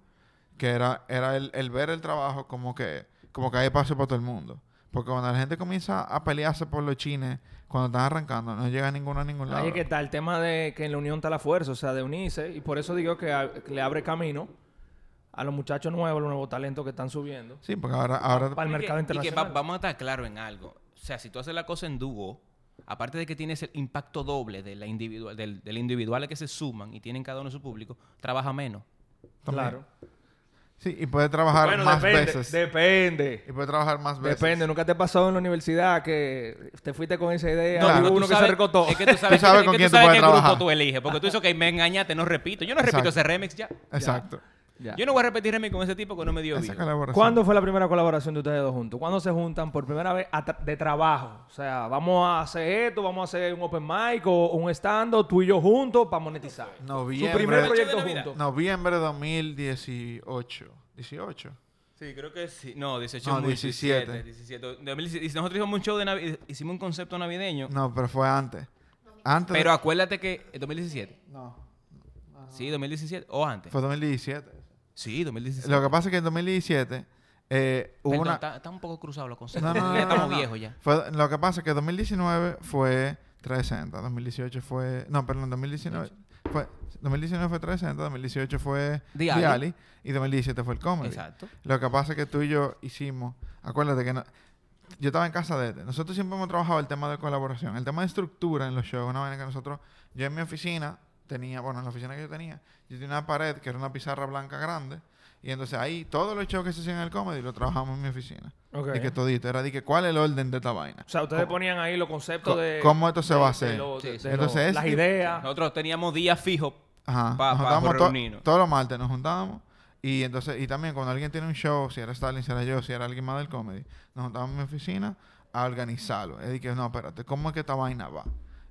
Speaker 4: Que era, era el, el ver el trabajo como que, como que hay espacio para todo el mundo. Porque cuando la gente comienza a pelearse por los chines, cuando están arrancando, no llega ninguno a ningún lado.
Speaker 2: Ahí es que
Speaker 4: bro.
Speaker 2: está el tema de que en la unión está la fuerza, o sea, de unirse. Y por eso digo que, a- que le abre camino a los muchachos nuevos, los nuevos talentos que están subiendo.
Speaker 4: Sí, porque ahora... ahora
Speaker 2: Para el
Speaker 3: Y que-
Speaker 2: mercado
Speaker 3: y que va-
Speaker 2: internacional.
Speaker 3: vamos a estar claros en algo. O sea, si tú haces la cosa en dúo, aparte de que tienes el impacto doble de la individual, del, del individual que se suman y tienen cada uno su público, trabaja menos.
Speaker 4: también.
Speaker 2: Claro.
Speaker 4: Sí, y puede trabajar más
Speaker 2: depende.
Speaker 4: veces.
Speaker 2: Depende.
Speaker 4: Y puede trabajar más veces.
Speaker 2: Depende. Nunca te pasó en la universidad que te fuiste con esa idea.
Speaker 4: No,
Speaker 2: hubo
Speaker 4: pero
Speaker 3: tú
Speaker 2: uno que
Speaker 3: sabes-
Speaker 2: se recotó.
Speaker 3: Es que tú sabes,
Speaker 4: Tú sabes
Speaker 3: es
Speaker 4: con
Speaker 3: que
Speaker 4: quién tú
Speaker 3: tú sabes
Speaker 4: puedes
Speaker 3: qué
Speaker 4: trabajar.
Speaker 3: grupo tú eliges. Porque tú dices, ok, me engañaste, no repito. Yo no repito
Speaker 4: Exacto.
Speaker 3: ese remix ya.
Speaker 4: Exacto.
Speaker 2: Ya.
Speaker 3: Yo no voy a repetir remix con ese tipo que no me dio
Speaker 4: Esa
Speaker 3: vida.
Speaker 4: colaboración.
Speaker 2: ¿Cuándo fue la primera colaboración de ustedes dos juntos? ¿Cuándo se juntan por primera vez a tra- de trabajo? O sea, vamos a hacer esto, vamos a hacer un open mic o un stand tú y yo juntos para monetizar.
Speaker 4: Noviembre.
Speaker 2: Su primer proyecto
Speaker 3: Noche de Navidad.
Speaker 2: juntos.
Speaker 4: Noviembre 2018. 18.
Speaker 3: Sí, creo que sí. No, 18,
Speaker 4: No,
Speaker 3: muy 17.
Speaker 4: 17.
Speaker 3: 17. 2017. Nosotros hicimos un show de Navidad, hicimos un concepto navideño.
Speaker 4: No, pero fue antes. Antes. de-
Speaker 3: Pero acuérdate que eh, en 2017.
Speaker 4: no,
Speaker 3: Sí, 2017 o antes.
Speaker 4: fue 2017.
Speaker 3: Sí, 2017.
Speaker 4: Lo que pasa es que en 2017 eh, hubo
Speaker 3: Perdón,
Speaker 4: una...
Speaker 3: está, está un poco cruzado los conceptos.
Speaker 4: No, no, no,
Speaker 3: ya
Speaker 4: no,
Speaker 3: estamos
Speaker 4: no.
Speaker 3: viejos ya.
Speaker 4: Fue- lo que pasa es que 2019 fue 360, 2018 fue... No, perdón, 2019 fue, 2019 fue 360, 2018 fue
Speaker 3: The Alley.
Speaker 4: Diali y 2017 fue el Comedy.
Speaker 3: Exacto.
Speaker 4: Lo que pasa es que tú y yo hicimos... Acuérdate que no- yo estaba en casa de... este. Nosotros siempre hemos trabajado el tema de colaboración, el tema de estructura en los shows, una vaina que nosotros... Yo en mi oficina tenía... Bueno, en la oficina que yo tenía, yo tenía una pared que era una pizarra blanca grande y entonces ahí todos los shows que se hacían en el Comedy lo trabajamos en mi oficina.
Speaker 2: Ok.
Speaker 4: De que todito. Era de que cuál es el orden de esta vaina.
Speaker 2: O sea, ustedes ponían ahí los conceptos
Speaker 4: co-
Speaker 2: de...
Speaker 4: cómo esto se va
Speaker 2: de-
Speaker 4: a hacer.
Speaker 2: de lo-
Speaker 3: Sí,
Speaker 2: de-
Speaker 3: sí.
Speaker 2: de lo-
Speaker 4: Entonces, es-
Speaker 2: las ideas.
Speaker 3: Nosotros teníamos días fijos.
Speaker 4: Ajá.
Speaker 3: Pa-
Speaker 4: nos
Speaker 3: pa-
Speaker 4: juntábamos
Speaker 3: por
Speaker 4: to-
Speaker 3: reunirnos.
Speaker 4: todos los martes nos juntábamos. Y entonces, y también cuando alguien tiene un show, si era Stalin, si era yo, si era alguien más del comedy, nos juntábamos en mi oficina a organizarlo. Es de que, no, espérate, ¿cómo es que esta vaina va?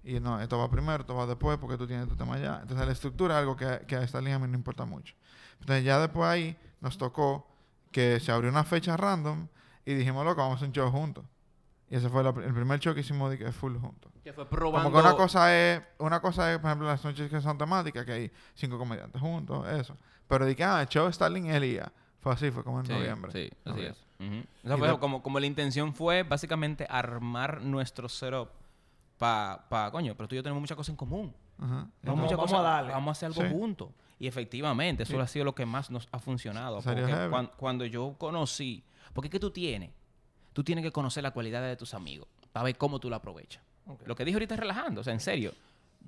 Speaker 4: Y no, esto va primero, esto va después, porque tú tienes tu tema allá. Entonces, la estructura es algo que, que a Stalin a mí no importa mucho. Entonces, ya después ahí nos tocó que se abrió una fecha random y dijimos, loco, vamos a hacer un show juntos. Y ese fue la pr- el primer show que hicimos de que full juntos.
Speaker 3: Que fue probando.
Speaker 4: Como que una cosa es, una cosa es, por ejemplo, las noches que son temáticas, que hay cinco comediantes juntos, eso. Pero de que, ah, el show de Starling y Elías. Fue así, fue como en
Speaker 3: Sí,
Speaker 4: noviembre.
Speaker 3: Sí, así
Speaker 4: Noviembre.
Speaker 3: es. Ujú. O sea,
Speaker 4: Y
Speaker 3: fue
Speaker 4: la-
Speaker 3: como, como la intención fue básicamente armar nuestro setup para, pa, coño, pero tú y yo tenemos muchas cosas en común.
Speaker 4: Ajá.
Speaker 2: Vamos-
Speaker 3: muchas
Speaker 2: vamos
Speaker 3: cosas-
Speaker 2: a darle.
Speaker 3: Vamos a hacer algo
Speaker 4: Sí.
Speaker 3: juntos. Y efectivamente, eso ha sido lo que más nos ha funcionado.
Speaker 4: Salió
Speaker 3: Porque
Speaker 4: heavy.
Speaker 3: cuan- cuando yo conocí, porque es que tú tienes, tú tienes que conocer la cualidad de tus amigos para ver cómo tú la aprovechas.
Speaker 2: Ok.
Speaker 3: Lo que dije ahorita es relajando, o sea, en serio.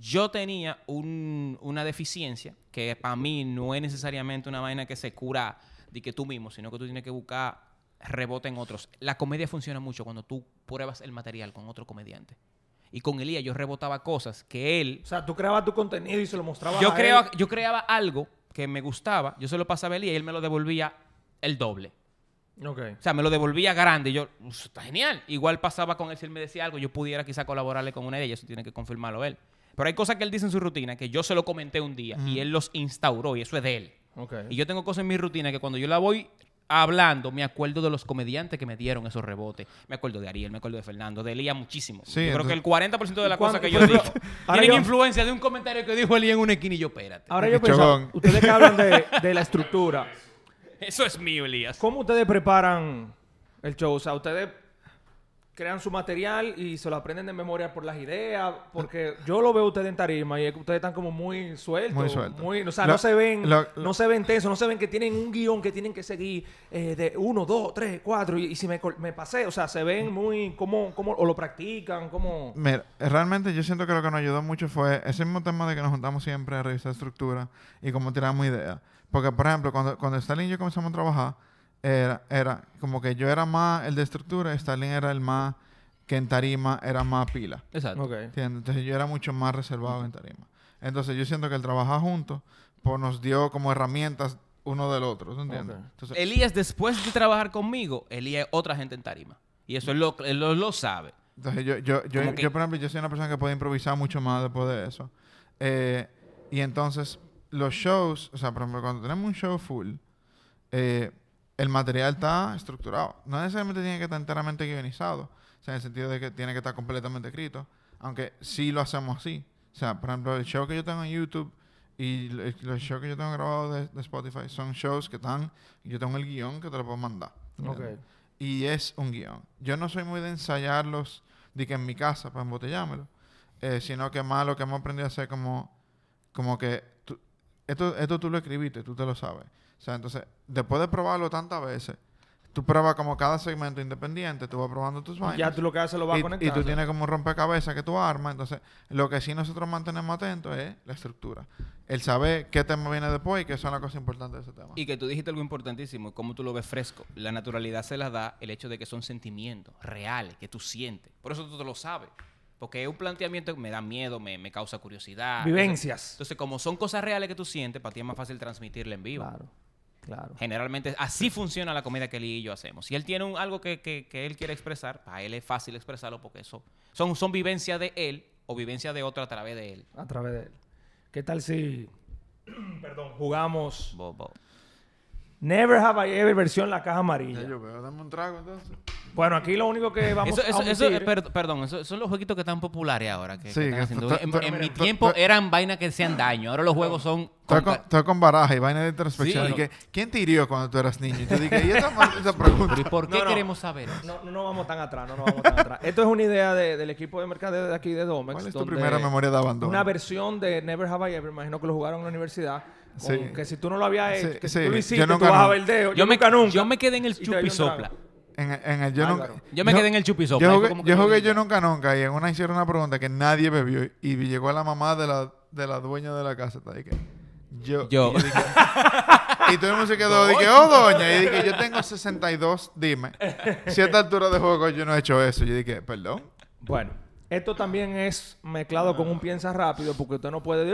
Speaker 3: Yo tenía un- una deficiencia que para mí no es necesariamente una vaina que se cura de que tú mismo, sino que tú tienes que buscar rebote en otros. La comedia funciona mucho cuando tú pruebas el material con otro comediante. Y con Elías yo rebotaba cosas que él
Speaker 2: O sea, tú creabas tu contenido y se lo mostrabas
Speaker 3: yo,
Speaker 2: a
Speaker 3: creo-
Speaker 2: él.
Speaker 3: yo creaba algo que me gustaba, yo se lo pasaba a él y él me lo devolvía el doble.
Speaker 2: Ok.
Speaker 3: O sea, me lo devolvía grande. Y yo, "Uf, está genial. Igual pasaba con él si él me decía algo, yo pudiera quizá colaborarle con una idea y eso tiene que confirmarlo él. Pero hay cosas que él dice en su rutina que yo se lo comenté un día y él los instauró y eso es de él.
Speaker 2: Ok.
Speaker 3: Y yo tengo cosas en mi rutina que cuando yo la voy hablando, me acuerdo de los comediantes que me dieron esos rebotes. Me acuerdo de Ariel, me acuerdo de Fernando, de Elías muchísimo.
Speaker 4: Sí,
Speaker 3: yo creo
Speaker 4: entonces-
Speaker 3: que el 40% de las
Speaker 2: ¿Cuándo-
Speaker 3: cosas que
Speaker 2: por
Speaker 3: yo digo
Speaker 2: ejemplo, ahora
Speaker 3: tienen
Speaker 2: yo-
Speaker 3: influencia de un comentario que dijo Elías en una esquina y yo, espérate.
Speaker 2: Ahora yo
Speaker 4: Qué
Speaker 2: pienso,
Speaker 4: chocón.
Speaker 2: ustedes que hablan de, de la estructura,
Speaker 3: Eso es mío, Elías.
Speaker 2: ¿cómo ustedes preparan el show? O sea, ustedes crean su material y se lo aprenden de memoria por las ideas, porque yo lo veo a ustedes en tarima y es que ustedes están como muy sueltos.
Speaker 4: Muy sueltos.
Speaker 2: o sea,
Speaker 4: Lo-
Speaker 2: no se ven,
Speaker 4: lo-
Speaker 2: no se ven tensos, no se ven que tienen un guión que tienen que seguir eh, de uno, dos, tres, cuatro, y, y si me, col- me pasé, o sea, se ven muy como, como, o lo practican, como...
Speaker 4: Mira, realmente yo siento que lo que nos ayudó mucho fue ese mismo tema de que nos juntamos siempre a revisar estructura y cómo tiramos ideas. Porque, por ejemplo, cuando, cuando Stalin y yo comenzamos a trabajar, era, era como que yo era más el de estructura, Stalin era el más que en tarima era más pila.
Speaker 3: Exacto.
Speaker 2: Ok.
Speaker 4: ¿Entiendes? Entonces yo era mucho más reservado en tarima. Entonces yo siento que el trabajar juntos pues, nos dio como herramientas uno del otro. ¿tú ¿Entiendes?
Speaker 2: Ok.
Speaker 4: Entonces,
Speaker 3: Elías, después de trabajar conmigo, Elías es otra gente en tarima. Y eso él lo, él lo, lo sabe.
Speaker 4: Entonces, yo, yo, yo,
Speaker 3: Como que-
Speaker 4: yo, por ejemplo, yo soy una persona que puede improvisar mucho más después de eso. Eh, y entonces, los shows, o sea, por ejemplo, cuando tenemos un show full, eh, el material está estructurado. No necesariamente tiene que estar enteramente guionizado, o sea, en el sentido de que tiene que estar completamente escrito, aunque sí lo hacemos así. O sea, por ejemplo, el show que yo tengo en YouTube y lo- los shows que yo tengo grabados de, de Spotify son shows que están, yo tengo el guión que te lo puedo mandar.
Speaker 2: Ok.
Speaker 4: ¿entiendes? y es un guión. Yo no soy muy de ensayarlos de que en mi casa para embotellármelo, eh, sino que más lo que hemos aprendido a hacer como, como que tú- esto, esto tú lo escribiste, tú te lo sabes. O sea, entonces, después de probarlo tantas veces, tú pruebas como cada segmento independiente, tú vas probando tus vainas.
Speaker 2: Ya tú lo que haces lo vas
Speaker 4: y,
Speaker 2: conectando.
Speaker 4: y tú tienes como un rompecabezas que tú armas. Entonces, lo que sí nosotros mantenemos atentos es la estructura. El saber qué tema viene después y qué son las cosas importantes de ese tema.
Speaker 3: Y que tú dijiste algo importantísimo, cómo tú lo ves fresco. La naturalidad se la da el hecho de que son sentimientos reales, que tú sientes. Por eso tú te lo sabes. Porque es un planteamiento que me da miedo, me, me causa curiosidad.
Speaker 2: Vivencias.
Speaker 3: Entonces, como son cosas reales que tú sientes, para ti es más fácil transmitirla en vivo.
Speaker 2: Claro, claro.
Speaker 3: Generalmente así funciona la comida que él y yo hacemos. Si él tiene un- algo que, que- que él quiere expresar, para él es fácil expresarlo porque eso son, son vivencias de él o vivencia de otro a través de él.
Speaker 2: A través de él. ¿Qué tal si, perdón, jugamos
Speaker 3: Bo- bo.
Speaker 2: Never Have I Ever versión La Caja
Speaker 4: Ya
Speaker 2: Amarilla?
Speaker 4: yo veo, dame un trago entonces.
Speaker 2: Bueno, aquí lo único que vamos
Speaker 3: Eso, eso-
Speaker 2: a
Speaker 3: eso-
Speaker 2: omitir-
Speaker 3: eh, per- perdón, eso- son los jueguitos que están populares ahora. que- que
Speaker 4: Sí,
Speaker 3: están
Speaker 4: que
Speaker 3: haciendo.
Speaker 4: to- to-
Speaker 3: en,
Speaker 4: to-
Speaker 3: en mi
Speaker 4: mira, to-
Speaker 3: tiempo
Speaker 4: to-
Speaker 3: eran vainas que hacían daño. Ahora los juegos son...
Speaker 4: Estoy
Speaker 3: con
Speaker 4: con,
Speaker 3: ca-
Speaker 4: estoy con baraja y vaina de introspección.
Speaker 3: Sí.
Speaker 4: Y que, ¿Quién te hirió cuando tú eras niño? Y tú dije, ¿y esa, ma- esa pregunta?
Speaker 3: ¿Pero ¿y por qué
Speaker 2: No, no.
Speaker 3: queremos saber? eso?
Speaker 2: No, no, no vamos tan atrás, no nos vamos tan atrás. Esto es una idea de- del equipo de mercadeo de aquí de Domex.
Speaker 4: ¿Cuál es tu
Speaker 2: donde
Speaker 4: primera memoria de abandono?
Speaker 2: Una versión de Never Have I Ever, imagino que lo jugaron en la universidad. con
Speaker 4: Sí.
Speaker 2: Que si tú no lo habías hecho,
Speaker 4: Sí,
Speaker 2: que
Speaker 4: sí,
Speaker 2: si tú lo
Speaker 4: yo
Speaker 2: hiciste, tú
Speaker 4: nunca
Speaker 2: vas a
Speaker 4: nunca.
Speaker 2: ver el dedo.
Speaker 3: Yo me,
Speaker 2: nunca, nunca.
Speaker 3: yo me quedé en el
Speaker 2: Y te doy un
Speaker 3: chupisopla.
Speaker 2: trago.
Speaker 4: En, en el yo
Speaker 2: Álvaro.
Speaker 4: nunca.
Speaker 3: Yo me quedé en el chupisopla.
Speaker 4: Yo
Speaker 3: Ahí
Speaker 4: jugué,
Speaker 3: fue como que
Speaker 4: yo,
Speaker 3: yo
Speaker 4: jugué
Speaker 3: dije,
Speaker 4: yo nunca nunca y en una hicieron una pregunta que nadie me vio y llegó la mamá de la, de la dueña de la casa. Está ahí que, yo.
Speaker 3: Yo.
Speaker 4: Y, dije- y todo el mundo se quedó. Dije, oh, doña. Y dije, yo tengo 62, dime. Si a esta altura de juego yo no he hecho eso. Yo dije, perdón.
Speaker 2: Bueno, esto también es mezclado con un piensa rápido porque usted no puede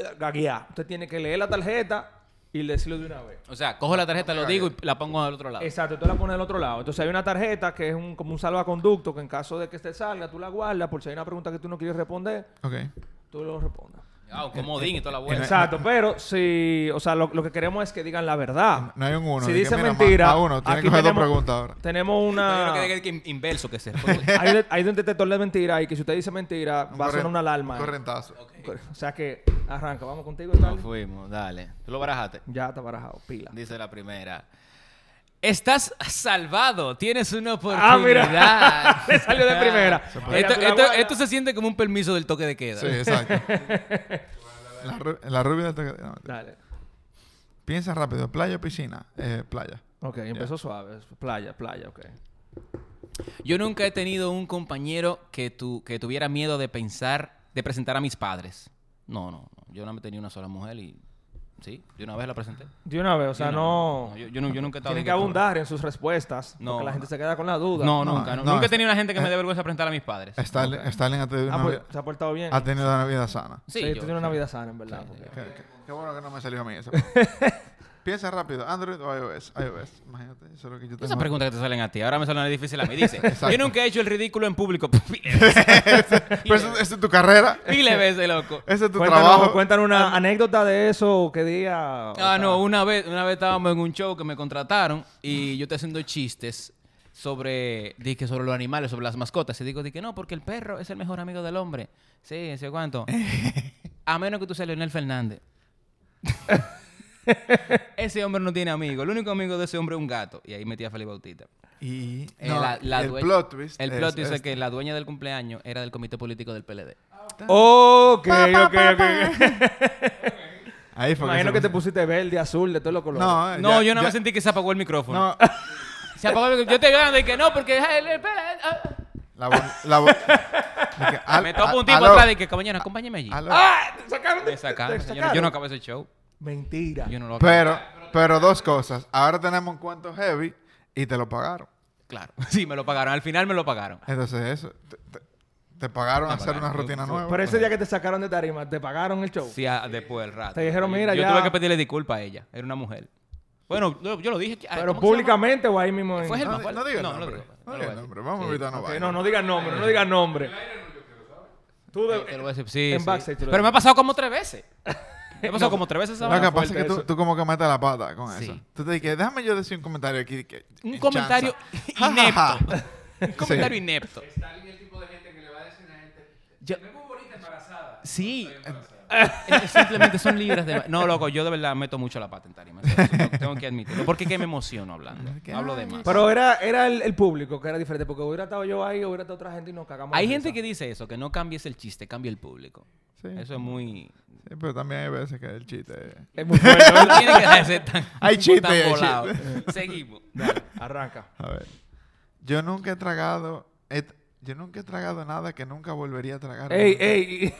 Speaker 2: eh, gaguear. Usted tiene que leer la tarjeta y decirlo de una vez.
Speaker 3: O sea, cojo la tarjeta, lo digo y la pongo al
Speaker 4: Ah.
Speaker 3: otro lado.
Speaker 2: Exacto, tú la pones del otro lado. Entonces hay una tarjeta que es un, como un salvaconducto que en caso de que te salga, tú la guardas por si hay una pregunta que tú no quieres responder,
Speaker 4: Ok.
Speaker 2: tú lo respondas.
Speaker 3: Ah, un comodín y toda la
Speaker 4: Eh,
Speaker 3: vuelta.
Speaker 2: Exacto, pero si, o sea, lo, lo que queremos es que digan la verdad.
Speaker 4: Eh, No hay un uno.
Speaker 2: Si
Speaker 4: Dije,
Speaker 2: dice
Speaker 4: mira, ma-
Speaker 2: mentira,
Speaker 4: ma uno. Tiene
Speaker 2: aquí
Speaker 4: que coger dos
Speaker 2: tenemos-
Speaker 4: preguntas ahora.
Speaker 2: Tenemos
Speaker 3: Yo
Speaker 2: una...
Speaker 3: creo que hay que inverso que se fue.
Speaker 2: Hay, un- hay un detector de mentira y que si usted dice mentira, va a
Speaker 4: corren-
Speaker 2: sonar una alarma.
Speaker 3: eh.
Speaker 4: un Correntazo.
Speaker 2: O sea que arranca, vamos contigo.
Speaker 5: No
Speaker 2: Stanley.
Speaker 5: fuimos, dale. Tú lo barajaste.
Speaker 2: Ya está barajado, pila.
Speaker 5: Dice la primera.
Speaker 3: Estás salvado, tienes una oportunidad.
Speaker 2: Ah, mira. Le salió de primera.
Speaker 3: Esto,
Speaker 2: Mira, tú la
Speaker 3: esto-
Speaker 2: guardas.
Speaker 3: esto se siente como un permiso del toque de queda.
Speaker 4: Sí, exacto. la, ru- la rubia del toque- no,
Speaker 2: Dale.
Speaker 4: Piensa rápido, playa o piscina, eh, playa.
Speaker 2: Ok, empezó suave. Playa, playa, ok.
Speaker 3: Yo nunca he tenido un compañero que, tu- que tuviera miedo de pensar, de presentar a mis padres. No, no, no. Yo no me tenía una sola mujer y Sí, de una vez la presenté.
Speaker 2: De una vez, o
Speaker 3: De
Speaker 2: sea,
Speaker 3: una-
Speaker 2: no...
Speaker 3: yo, yo nu- yo nunca he estado
Speaker 2: Tienen
Speaker 3: en
Speaker 2: que
Speaker 3: YouTube.
Speaker 2: abundar en sus respuestas.
Speaker 3: No,
Speaker 2: porque la
Speaker 3: no.
Speaker 2: gente se queda con la duda.
Speaker 3: No,
Speaker 4: No,
Speaker 3: nunca. no.
Speaker 4: no,
Speaker 3: nunca he
Speaker 4: es-
Speaker 3: tenido una gente que me
Speaker 2: Eh.
Speaker 3: dé vergüenza presentar a mis padres.
Speaker 4: Starling, Starling ha tenido,
Speaker 2: Ah,
Speaker 4: una,
Speaker 2: pues,
Speaker 4: vida-
Speaker 2: se ha portado bien.
Speaker 4: ha tenido una vida sana.
Speaker 2: Sí, tú
Speaker 3: yo-
Speaker 2: tienes una vida sana, en verdad. porque-
Speaker 4: Qué, qué- qué bueno que no me salió a mí eso. Piensa rápido, Android o iOS. iOS, imagínate, eso es lo que yo
Speaker 3: Esas
Speaker 4: tengo.
Speaker 3: preguntas que te salen a ti, ahora me salen difícil a mí. Dice,
Speaker 4: Exacto.
Speaker 3: yo nunca he hecho el ridículo en público.
Speaker 4: Pero eso- esa es tu carrera,
Speaker 3: Miles de veces, loco.
Speaker 4: ese es tu
Speaker 2: Cuéntanos,
Speaker 4: trabajo.
Speaker 2: cuéntanos una anécdota de eso, qué día... o
Speaker 3: Ah,
Speaker 2: sea,
Speaker 3: no, una vez, una vez estábamos en un show que me contrataron y yo estoy haciendo chistes sobre, dije, sobre los animales, sobre las mascotas. Y digo, dije, no, porque el perro es el mejor amigo del hombre. Sí, sé cuánto. A menos que tú seas Leonel Fernández. ese hombre no tiene amigos. El único amigo de ese hombre es un gato. Y ahí metí a Felipe Bautista.
Speaker 4: Y
Speaker 3: Eh,
Speaker 4: no,
Speaker 3: la- la
Speaker 4: el
Speaker 3: due-
Speaker 4: plot twist.
Speaker 3: El plot
Speaker 4: es
Speaker 3: twist es
Speaker 4: este.
Speaker 3: que la dueña del cumpleaños era del comité político del PLD.
Speaker 2: Ok, ok, ok.
Speaker 4: Ahí fue
Speaker 2: Imagino
Speaker 4: se
Speaker 2: que te
Speaker 4: me-
Speaker 2: pusiste verde, azul, de todos los colores.
Speaker 4: No, eh,
Speaker 3: No,
Speaker 4: ya-
Speaker 3: yo no me
Speaker 4: ya-
Speaker 3: sentí que se apagó el micrófono.
Speaker 4: No,
Speaker 3: Se apagó el micrófono. Yo te veo y que no, porque... ah, el- el- ah,
Speaker 4: la bo- la bo- de que, al-
Speaker 3: me topo un
Speaker 4: a-
Speaker 3: tipo
Speaker 4: Ah, aló,
Speaker 3: atrás de que, compañero, acompáñame allí.
Speaker 4: aló.
Speaker 2: ¡Ah! ¡Te sacaron!
Speaker 3: Me sacaron,
Speaker 2: te
Speaker 3: señores. Yo no acabo ese show.
Speaker 2: Mentira.
Speaker 3: Yo no lo acabo.
Speaker 4: Pero, pero dos cosas. Ahora tenemos un cuento heavy y te lo pagaron.
Speaker 3: Claro. Sí, me lo pagaron. Al final me lo pagaron.
Speaker 4: Entonces eso, te, te- te pagaron a hacer una
Speaker 3: pagaron.
Speaker 4: rutina
Speaker 3: Fue-
Speaker 4: nueva.
Speaker 2: Pero ese día que te sacaron de tarima, ¿te pagaron el show?
Speaker 3: Sí, a- después del rato.
Speaker 2: Te dijeron,
Speaker 3: Yo-
Speaker 2: mira,
Speaker 3: yo
Speaker 2: ya-
Speaker 3: tuve que pedirle disculpas a ella. Era una mujer. Bueno, yo, yo lo dije. ah,
Speaker 2: Pero
Speaker 3: ¿cómo se llama?
Speaker 2: públicamente o ahí mismo. en-
Speaker 3: Fue el
Speaker 4: no,
Speaker 3: más
Speaker 4: di- no
Speaker 3: fuerte.
Speaker 4: digas
Speaker 3: No, no
Speaker 4: nombre.
Speaker 3: lo digo.
Speaker 4: No
Speaker 3: No lo
Speaker 4: digas
Speaker 3: voy a
Speaker 4: nombre. Vamos a evitar no
Speaker 2: Ok,
Speaker 4: vaina.
Speaker 2: no, no digas nombre, no digas nombre. Tú de-
Speaker 3: Te lo voy a decir. Sí,
Speaker 2: En
Speaker 3: sí.
Speaker 2: backstage te lo
Speaker 3: Pero
Speaker 2: digo.
Speaker 3: me ha pasado como tres veces. Me ha pasado como tres veces esa
Speaker 4: Lo que
Speaker 3: vaina.
Speaker 4: pasa es que tú,
Speaker 2: eso.
Speaker 4: tú como que metes la pata con
Speaker 3: Sí.
Speaker 4: eso. Tú te dices, déjame yo decir un comentario aquí. que-
Speaker 3: Un
Speaker 4: chanza".
Speaker 3: comentario
Speaker 4: Ja, ja, ja.
Speaker 3: Un comentario inepto.
Speaker 6: Stalin es el tipo de gente que le va a decir a la gente.
Speaker 3: Yo-
Speaker 6: "Me veo bonita embarazada.
Speaker 3: Sí. Eh, Simplemente son libres de... No, loco, yo de verdad meto mucho la pata en tarima. Eso tengo- Tengo que admitirlo. Porque es que me emociono hablando.
Speaker 4: Que,
Speaker 3: Hablo
Speaker 4: "Ay,
Speaker 3: de más.
Speaker 2: Pero era, era el, el público que era diferente, porque hubiera estado yo ahí, hubiera estado otra gente y nos cagamos.
Speaker 3: Hay
Speaker 2: de
Speaker 3: gente
Speaker 2: risa.
Speaker 3: que dice eso, que no cambies el chiste, cambia el público.
Speaker 4: Sí.
Speaker 3: Eso es muy...
Speaker 4: Sí, pero también hay veces que el chiste...
Speaker 2: Es muy bueno.
Speaker 3: No tiene que dejarse tan,
Speaker 4: Hay chiste,
Speaker 3: tan
Speaker 4: hay
Speaker 3: volado. Seguimos.
Speaker 2: Dale, Arranca.
Speaker 4: A ver. Yo nunca he tragado... he- yo nunca he tragado nada que nunca volvería a tragar.
Speaker 2: Ey,
Speaker 4: nunca.
Speaker 2: ey.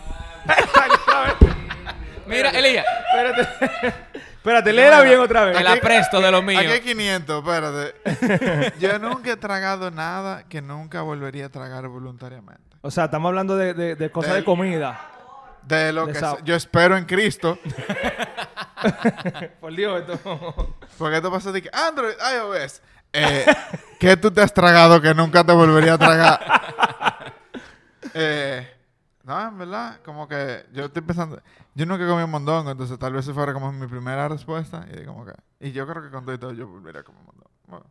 Speaker 3: Mira, Elías,
Speaker 2: Espérate. Espérate, léela bien otra vez.
Speaker 3: te la presto de lo mío.
Speaker 4: Aquí hay 500, espérate. yo nunca he tragado nada que nunca volvería a tragar voluntariamente.
Speaker 2: O sea, estamos hablando de, de- de cosas de comida.
Speaker 4: De lo
Speaker 2: De
Speaker 4: que
Speaker 2: sab-
Speaker 4: se- yo espero en Cristo.
Speaker 2: Por Dios, esto.
Speaker 4: Porque esto pasa de que Android, iOS. Eh, ¿Qué tú te has tragado que nunca te volvería a tragar? Eh, no, en verdad, como que yo estoy pensando. Yo nunca comí un mondongo, entonces tal vez esa fuera como mi primera respuesta. Y, como que, y yo creo que con todo y todo yo volvería a comer mondongo. Bueno,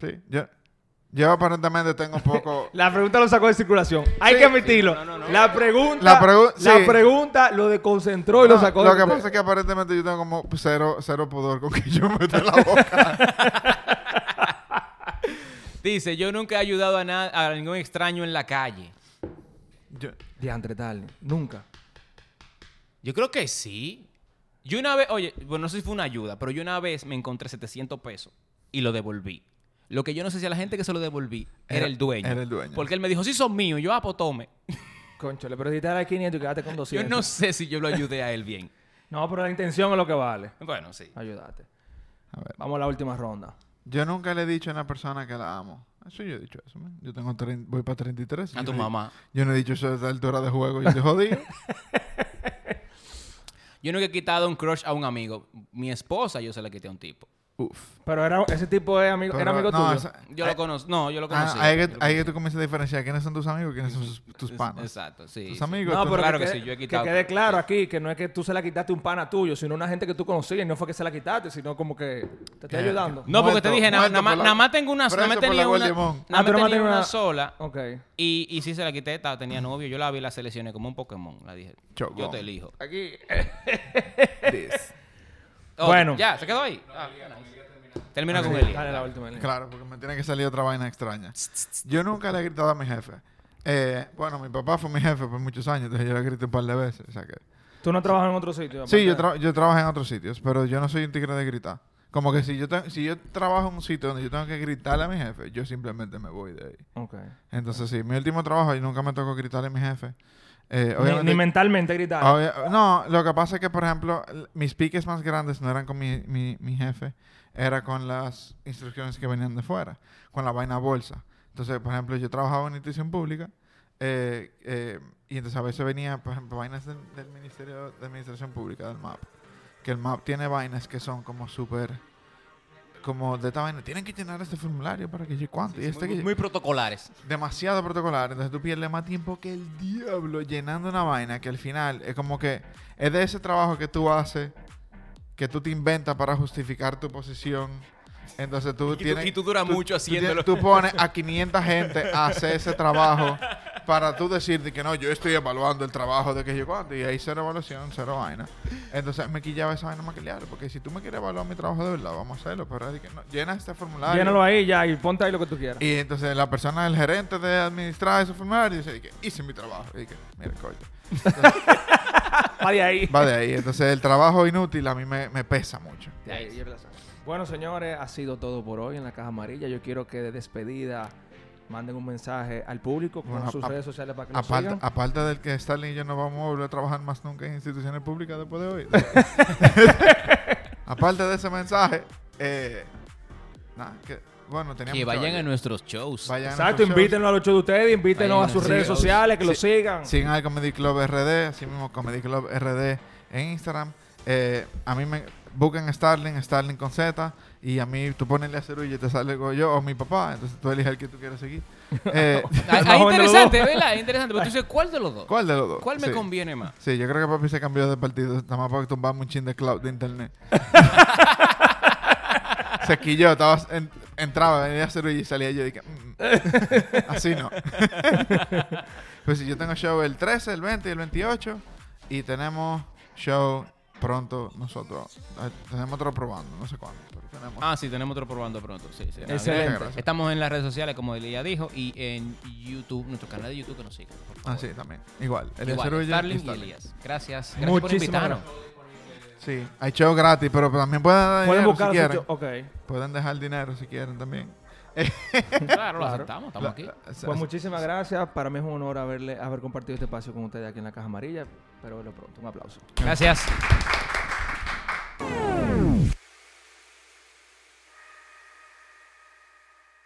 Speaker 4: sí, yo, yo aparentemente tengo un poco.
Speaker 2: La pregunta lo sacó de circulación. Hay que admitirlo. La pregunta.
Speaker 4: La pregu-
Speaker 2: la
Speaker 4: sí.
Speaker 2: pregunta lo desconcentró y lo
Speaker 4: No,
Speaker 2: sacó
Speaker 4: Ah, lo
Speaker 2: de-
Speaker 4: que pasa es que aparentemente yo tengo como cero, cero pudor con que yo meto en la boca.
Speaker 3: Dice, yo nunca he ayudado a, na- a ningún extraño en la calle.
Speaker 4: Yo-
Speaker 2: Diantre, tal. Nunca.
Speaker 3: Yo creo que sí. Yo una vez, oye, bueno, no sé si fue una ayuda, pero yo una vez me encontré 700 pesos y lo devolví. Lo que yo no sé si a la gente que se lo devolví era,
Speaker 4: Era-
Speaker 3: el dueño.
Speaker 4: era el dueño.
Speaker 3: Porque él me dijo, sí son míos. Yo, ah, pues tome.
Speaker 2: Conchole, pero si te das 500 y quedaste con
Speaker 3: Yo
Speaker 2: 200.
Speaker 3: no sé si yo lo ayudé a él bien.
Speaker 2: No, pero la intención es lo que vale.
Speaker 3: Bueno, sí.
Speaker 2: Ayúdate.
Speaker 4: A ver.
Speaker 2: Vamos a la última ronda.
Speaker 4: Yo nunca le he dicho a una persona que la amo. Eso yo he dicho eso, man. Yo tengo trein- voy para 33.
Speaker 3: A
Speaker 4: Yo
Speaker 3: tu
Speaker 4: no he-
Speaker 3: mamá.
Speaker 4: Yo no he dicho eso desde altura de juego. Yo estoy jodido.
Speaker 3: Yo nunca he quitado un crush a un amigo. Mi esposa yo se la quité a un tipo.
Speaker 4: Uf.
Speaker 2: Pero era, ese tipo es amigo, era
Speaker 4: Pero
Speaker 2: amigo
Speaker 4: no,
Speaker 2: tuyo.
Speaker 4: esa-
Speaker 3: Yo
Speaker 4: ah,
Speaker 3: lo conozco. No, yo lo
Speaker 4: ah,
Speaker 3: conocí.
Speaker 4: ahí que, ahí que tú comienzas a diferenciar quiénes son tus amigos y quiénes son sus- tus panas.
Speaker 3: Exacto, sí.
Speaker 4: Tus
Speaker 3: sí.
Speaker 4: amigos. pues,
Speaker 2: No,
Speaker 4: tú-
Speaker 2: pero
Speaker 3: Claro que
Speaker 2: quede-
Speaker 3: sí, yo he quitado
Speaker 2: Que quede
Speaker 3: cosas,
Speaker 2: claro
Speaker 3: sí.
Speaker 2: aquí que no es que tú se la quitaste a un pana tuyo, sino una gente que tú conocías y no fue que se la quitaste, sino como que te estoy
Speaker 4: Eh,
Speaker 2: ayudando.
Speaker 3: No, porque
Speaker 4: Muerto,
Speaker 3: te dije, na-
Speaker 4: muerto
Speaker 3: nada más
Speaker 4: por la-
Speaker 3: nada más tengo una, nada más
Speaker 4: preso por la
Speaker 3: tenía
Speaker 4: Guardia
Speaker 3: una,
Speaker 4: Limón.
Speaker 3: nada
Speaker 2: Ah, tú
Speaker 3: más
Speaker 2: nada más
Speaker 3: tenía
Speaker 2: tenías
Speaker 3: una
Speaker 2: una-
Speaker 3: sola.
Speaker 2: Ok.
Speaker 3: Y, y sí se la quité, estaba- tenía novio. Yo la vi, la seleccioné como un Pokémon. La dije,
Speaker 4: Chocó.
Speaker 3: yo te elijo.
Speaker 4: Aquí. This.
Speaker 3: Otra.
Speaker 2: Bueno.
Speaker 3: Ya, se quedó ahí. Ah,
Speaker 4: Ah,
Speaker 3: termina con Eli.
Speaker 2: Dale la última. Eli.
Speaker 4: Claro, porque me tiene que salir otra vaina extraña. Yo nunca le he gritado a mi jefe. Eh, bueno, mi papá fue mi jefe por muchos años, entonces yo le grité un par de veces. O sea que...
Speaker 2: Tú no trabajas en otro sitio.
Speaker 4: Sí,
Speaker 2: aparte
Speaker 4: yo,
Speaker 2: de-
Speaker 4: tra- yo trabajo en otros sitios, pero yo no soy un tigre de gritar. Como que si yo, te- si yo trabajo en un sitio donde yo tengo que gritarle a mi jefe, yo simplemente me voy de ahí.
Speaker 2: Ok.
Speaker 4: Entonces, sí, mi último trabajo, yo nunca me tocó gritarle a mi jefe. Eh,
Speaker 2: Ni-
Speaker 4: obviamente-
Speaker 2: Ni, mentalmente gritar.
Speaker 4: Obvia- no, lo que pasa es que, por ejemplo, l- mis piques más grandes no eran con mi, mi- mi jefe, era con las instrucciones que venían de fuera, con la vaina bolsa. Entonces, por ejemplo, yo trabajaba en una institución pública eh, eh, y entonces a veces venía, por ejemplo, vainas del, del Ministerio de Administración Pública, del MAP. Que el MAP tiene vainas que son como súper, como de esta vaina. Tienen que llenar este formulario para que yo cuánto. y este
Speaker 5: muy,
Speaker 4: que-
Speaker 5: muy protocolares.
Speaker 4: demasiado protocolar. Entonces tú pierdes más tiempo que el diablo llenando una vaina que al final es como que es de ese trabajo que tú haces, que tú te inventas para justificar tu posición. Entonces tú
Speaker 5: Y tú-
Speaker 4: tienes.
Speaker 5: y tú duras mucho
Speaker 4: tienes-
Speaker 5: haciéndolo.
Speaker 4: Tú, pones a 500 gente a hacer ese trabajo para tú decirte que no, yo estoy evaluando el trabajo de que yo cuando. Y ahí cero evaluación, cero vaina. Entonces me quillaba esa vaina maquillar. Porque si tú me quieres evaluar mi trabajo de verdad, vamos a hacerlo. Pero es de que no, llena este formulario.
Speaker 2: Llénalo ahí ya y ponte ahí lo que tú quieras.
Speaker 4: Y entonces la persona, el gerente de administrar ese formulario, dice, que hice mi trabajo. Y que, mira, coño.
Speaker 2: Va de ahí.
Speaker 4: Va de ahí. Entonces el trabajo inútil a mí me, me pesa mucho.
Speaker 2: De ahí, yo la saco. Bueno, señores, ha sido todo por hoy en la Caja Amarilla. Yo quiero que de despedida manden un mensaje al público con
Speaker 4: Bueno,
Speaker 2: sus
Speaker 4: a-
Speaker 2: redes sociales para que nos
Speaker 4: Aparte,
Speaker 2: sigan.
Speaker 4: aparte del que Stalin y yo no vamos a volver a trabajar más nunca en instituciones públicas después de hoy. aparte de ese mensaje, eh, nada, que, bueno, teníamos
Speaker 3: Que vayan a nuestros shows.
Speaker 2: Exacto, invítenlo a los shows de ustedes, invítenlo
Speaker 3: Vayan
Speaker 2: a sus
Speaker 3: a
Speaker 2: redes
Speaker 3: los-
Speaker 2: sociales, que lo sigan.
Speaker 4: Sigan al Comedy Club RD, así mismo Comedy Club RD en Instagram. Eh, a mí me buscan Starling, Starling con Z, y a mí tú ponenle a Cerullo y te sale yo o mi papá, entonces tú eliges el que tú quieres seguir. Eh,
Speaker 3: Ah,
Speaker 2: Más
Speaker 3: ah,
Speaker 2: o menos
Speaker 3: interesante, ¿verdad? Es interesante. Pero tú dices, ¿cuál de los dos?
Speaker 4: ¿Cuál de los dos?
Speaker 3: ¿Cuál me
Speaker 4: Sí.
Speaker 3: conviene más?
Speaker 4: Sí, yo creo que papi se cambió de partido, nada más para tumbarme un chin de cloud de internet. se quilló, estaba, en- entraba, venía a Cerullo y salía yo y dije, "Mm, así no. pues sí, yo tengo show el 13, el 20 y el 28. Y tenemos show pronto nosotros. Ah, Tenemos otro probando, no sé cuándo. Pero tenemos.
Speaker 3: Ah, sí, tenemos otro probando pronto. Sí, sí.
Speaker 4: Muchas
Speaker 2: excelente.
Speaker 4: gracias.
Speaker 3: Estamos en las redes sociales, como Delia dijo, y en YouTube, nuestro canal de YouTube que nos sigan. por favor.
Speaker 4: Ah, sí, también. Igual. El
Speaker 3: Igual,
Speaker 4: Cerullo y
Speaker 3: Starling y
Speaker 4: Starling.
Speaker 3: Elías. Gracias. Gracias por
Speaker 2: Muchísimas
Speaker 3: invitarnos.
Speaker 2: gracias.
Speaker 4: Sí, hay show gratis, pero también pueden dar
Speaker 2: Pueden
Speaker 4: dinero
Speaker 2: buscar
Speaker 4: si
Speaker 2: a
Speaker 4: quieren.
Speaker 2: sus shows. Ok.
Speaker 4: Pueden dejar dinero si quieren también.
Speaker 3: Claro, lo aceptamos, estamos aquí.
Speaker 4: La- la-
Speaker 2: Pues muchísimas gracias. Para mí es un honor haberle, haber compartido este espacio con ustedes aquí en la Caja Amarilla. Espero verlo pronto. Un aplauso.
Speaker 3: Gracias.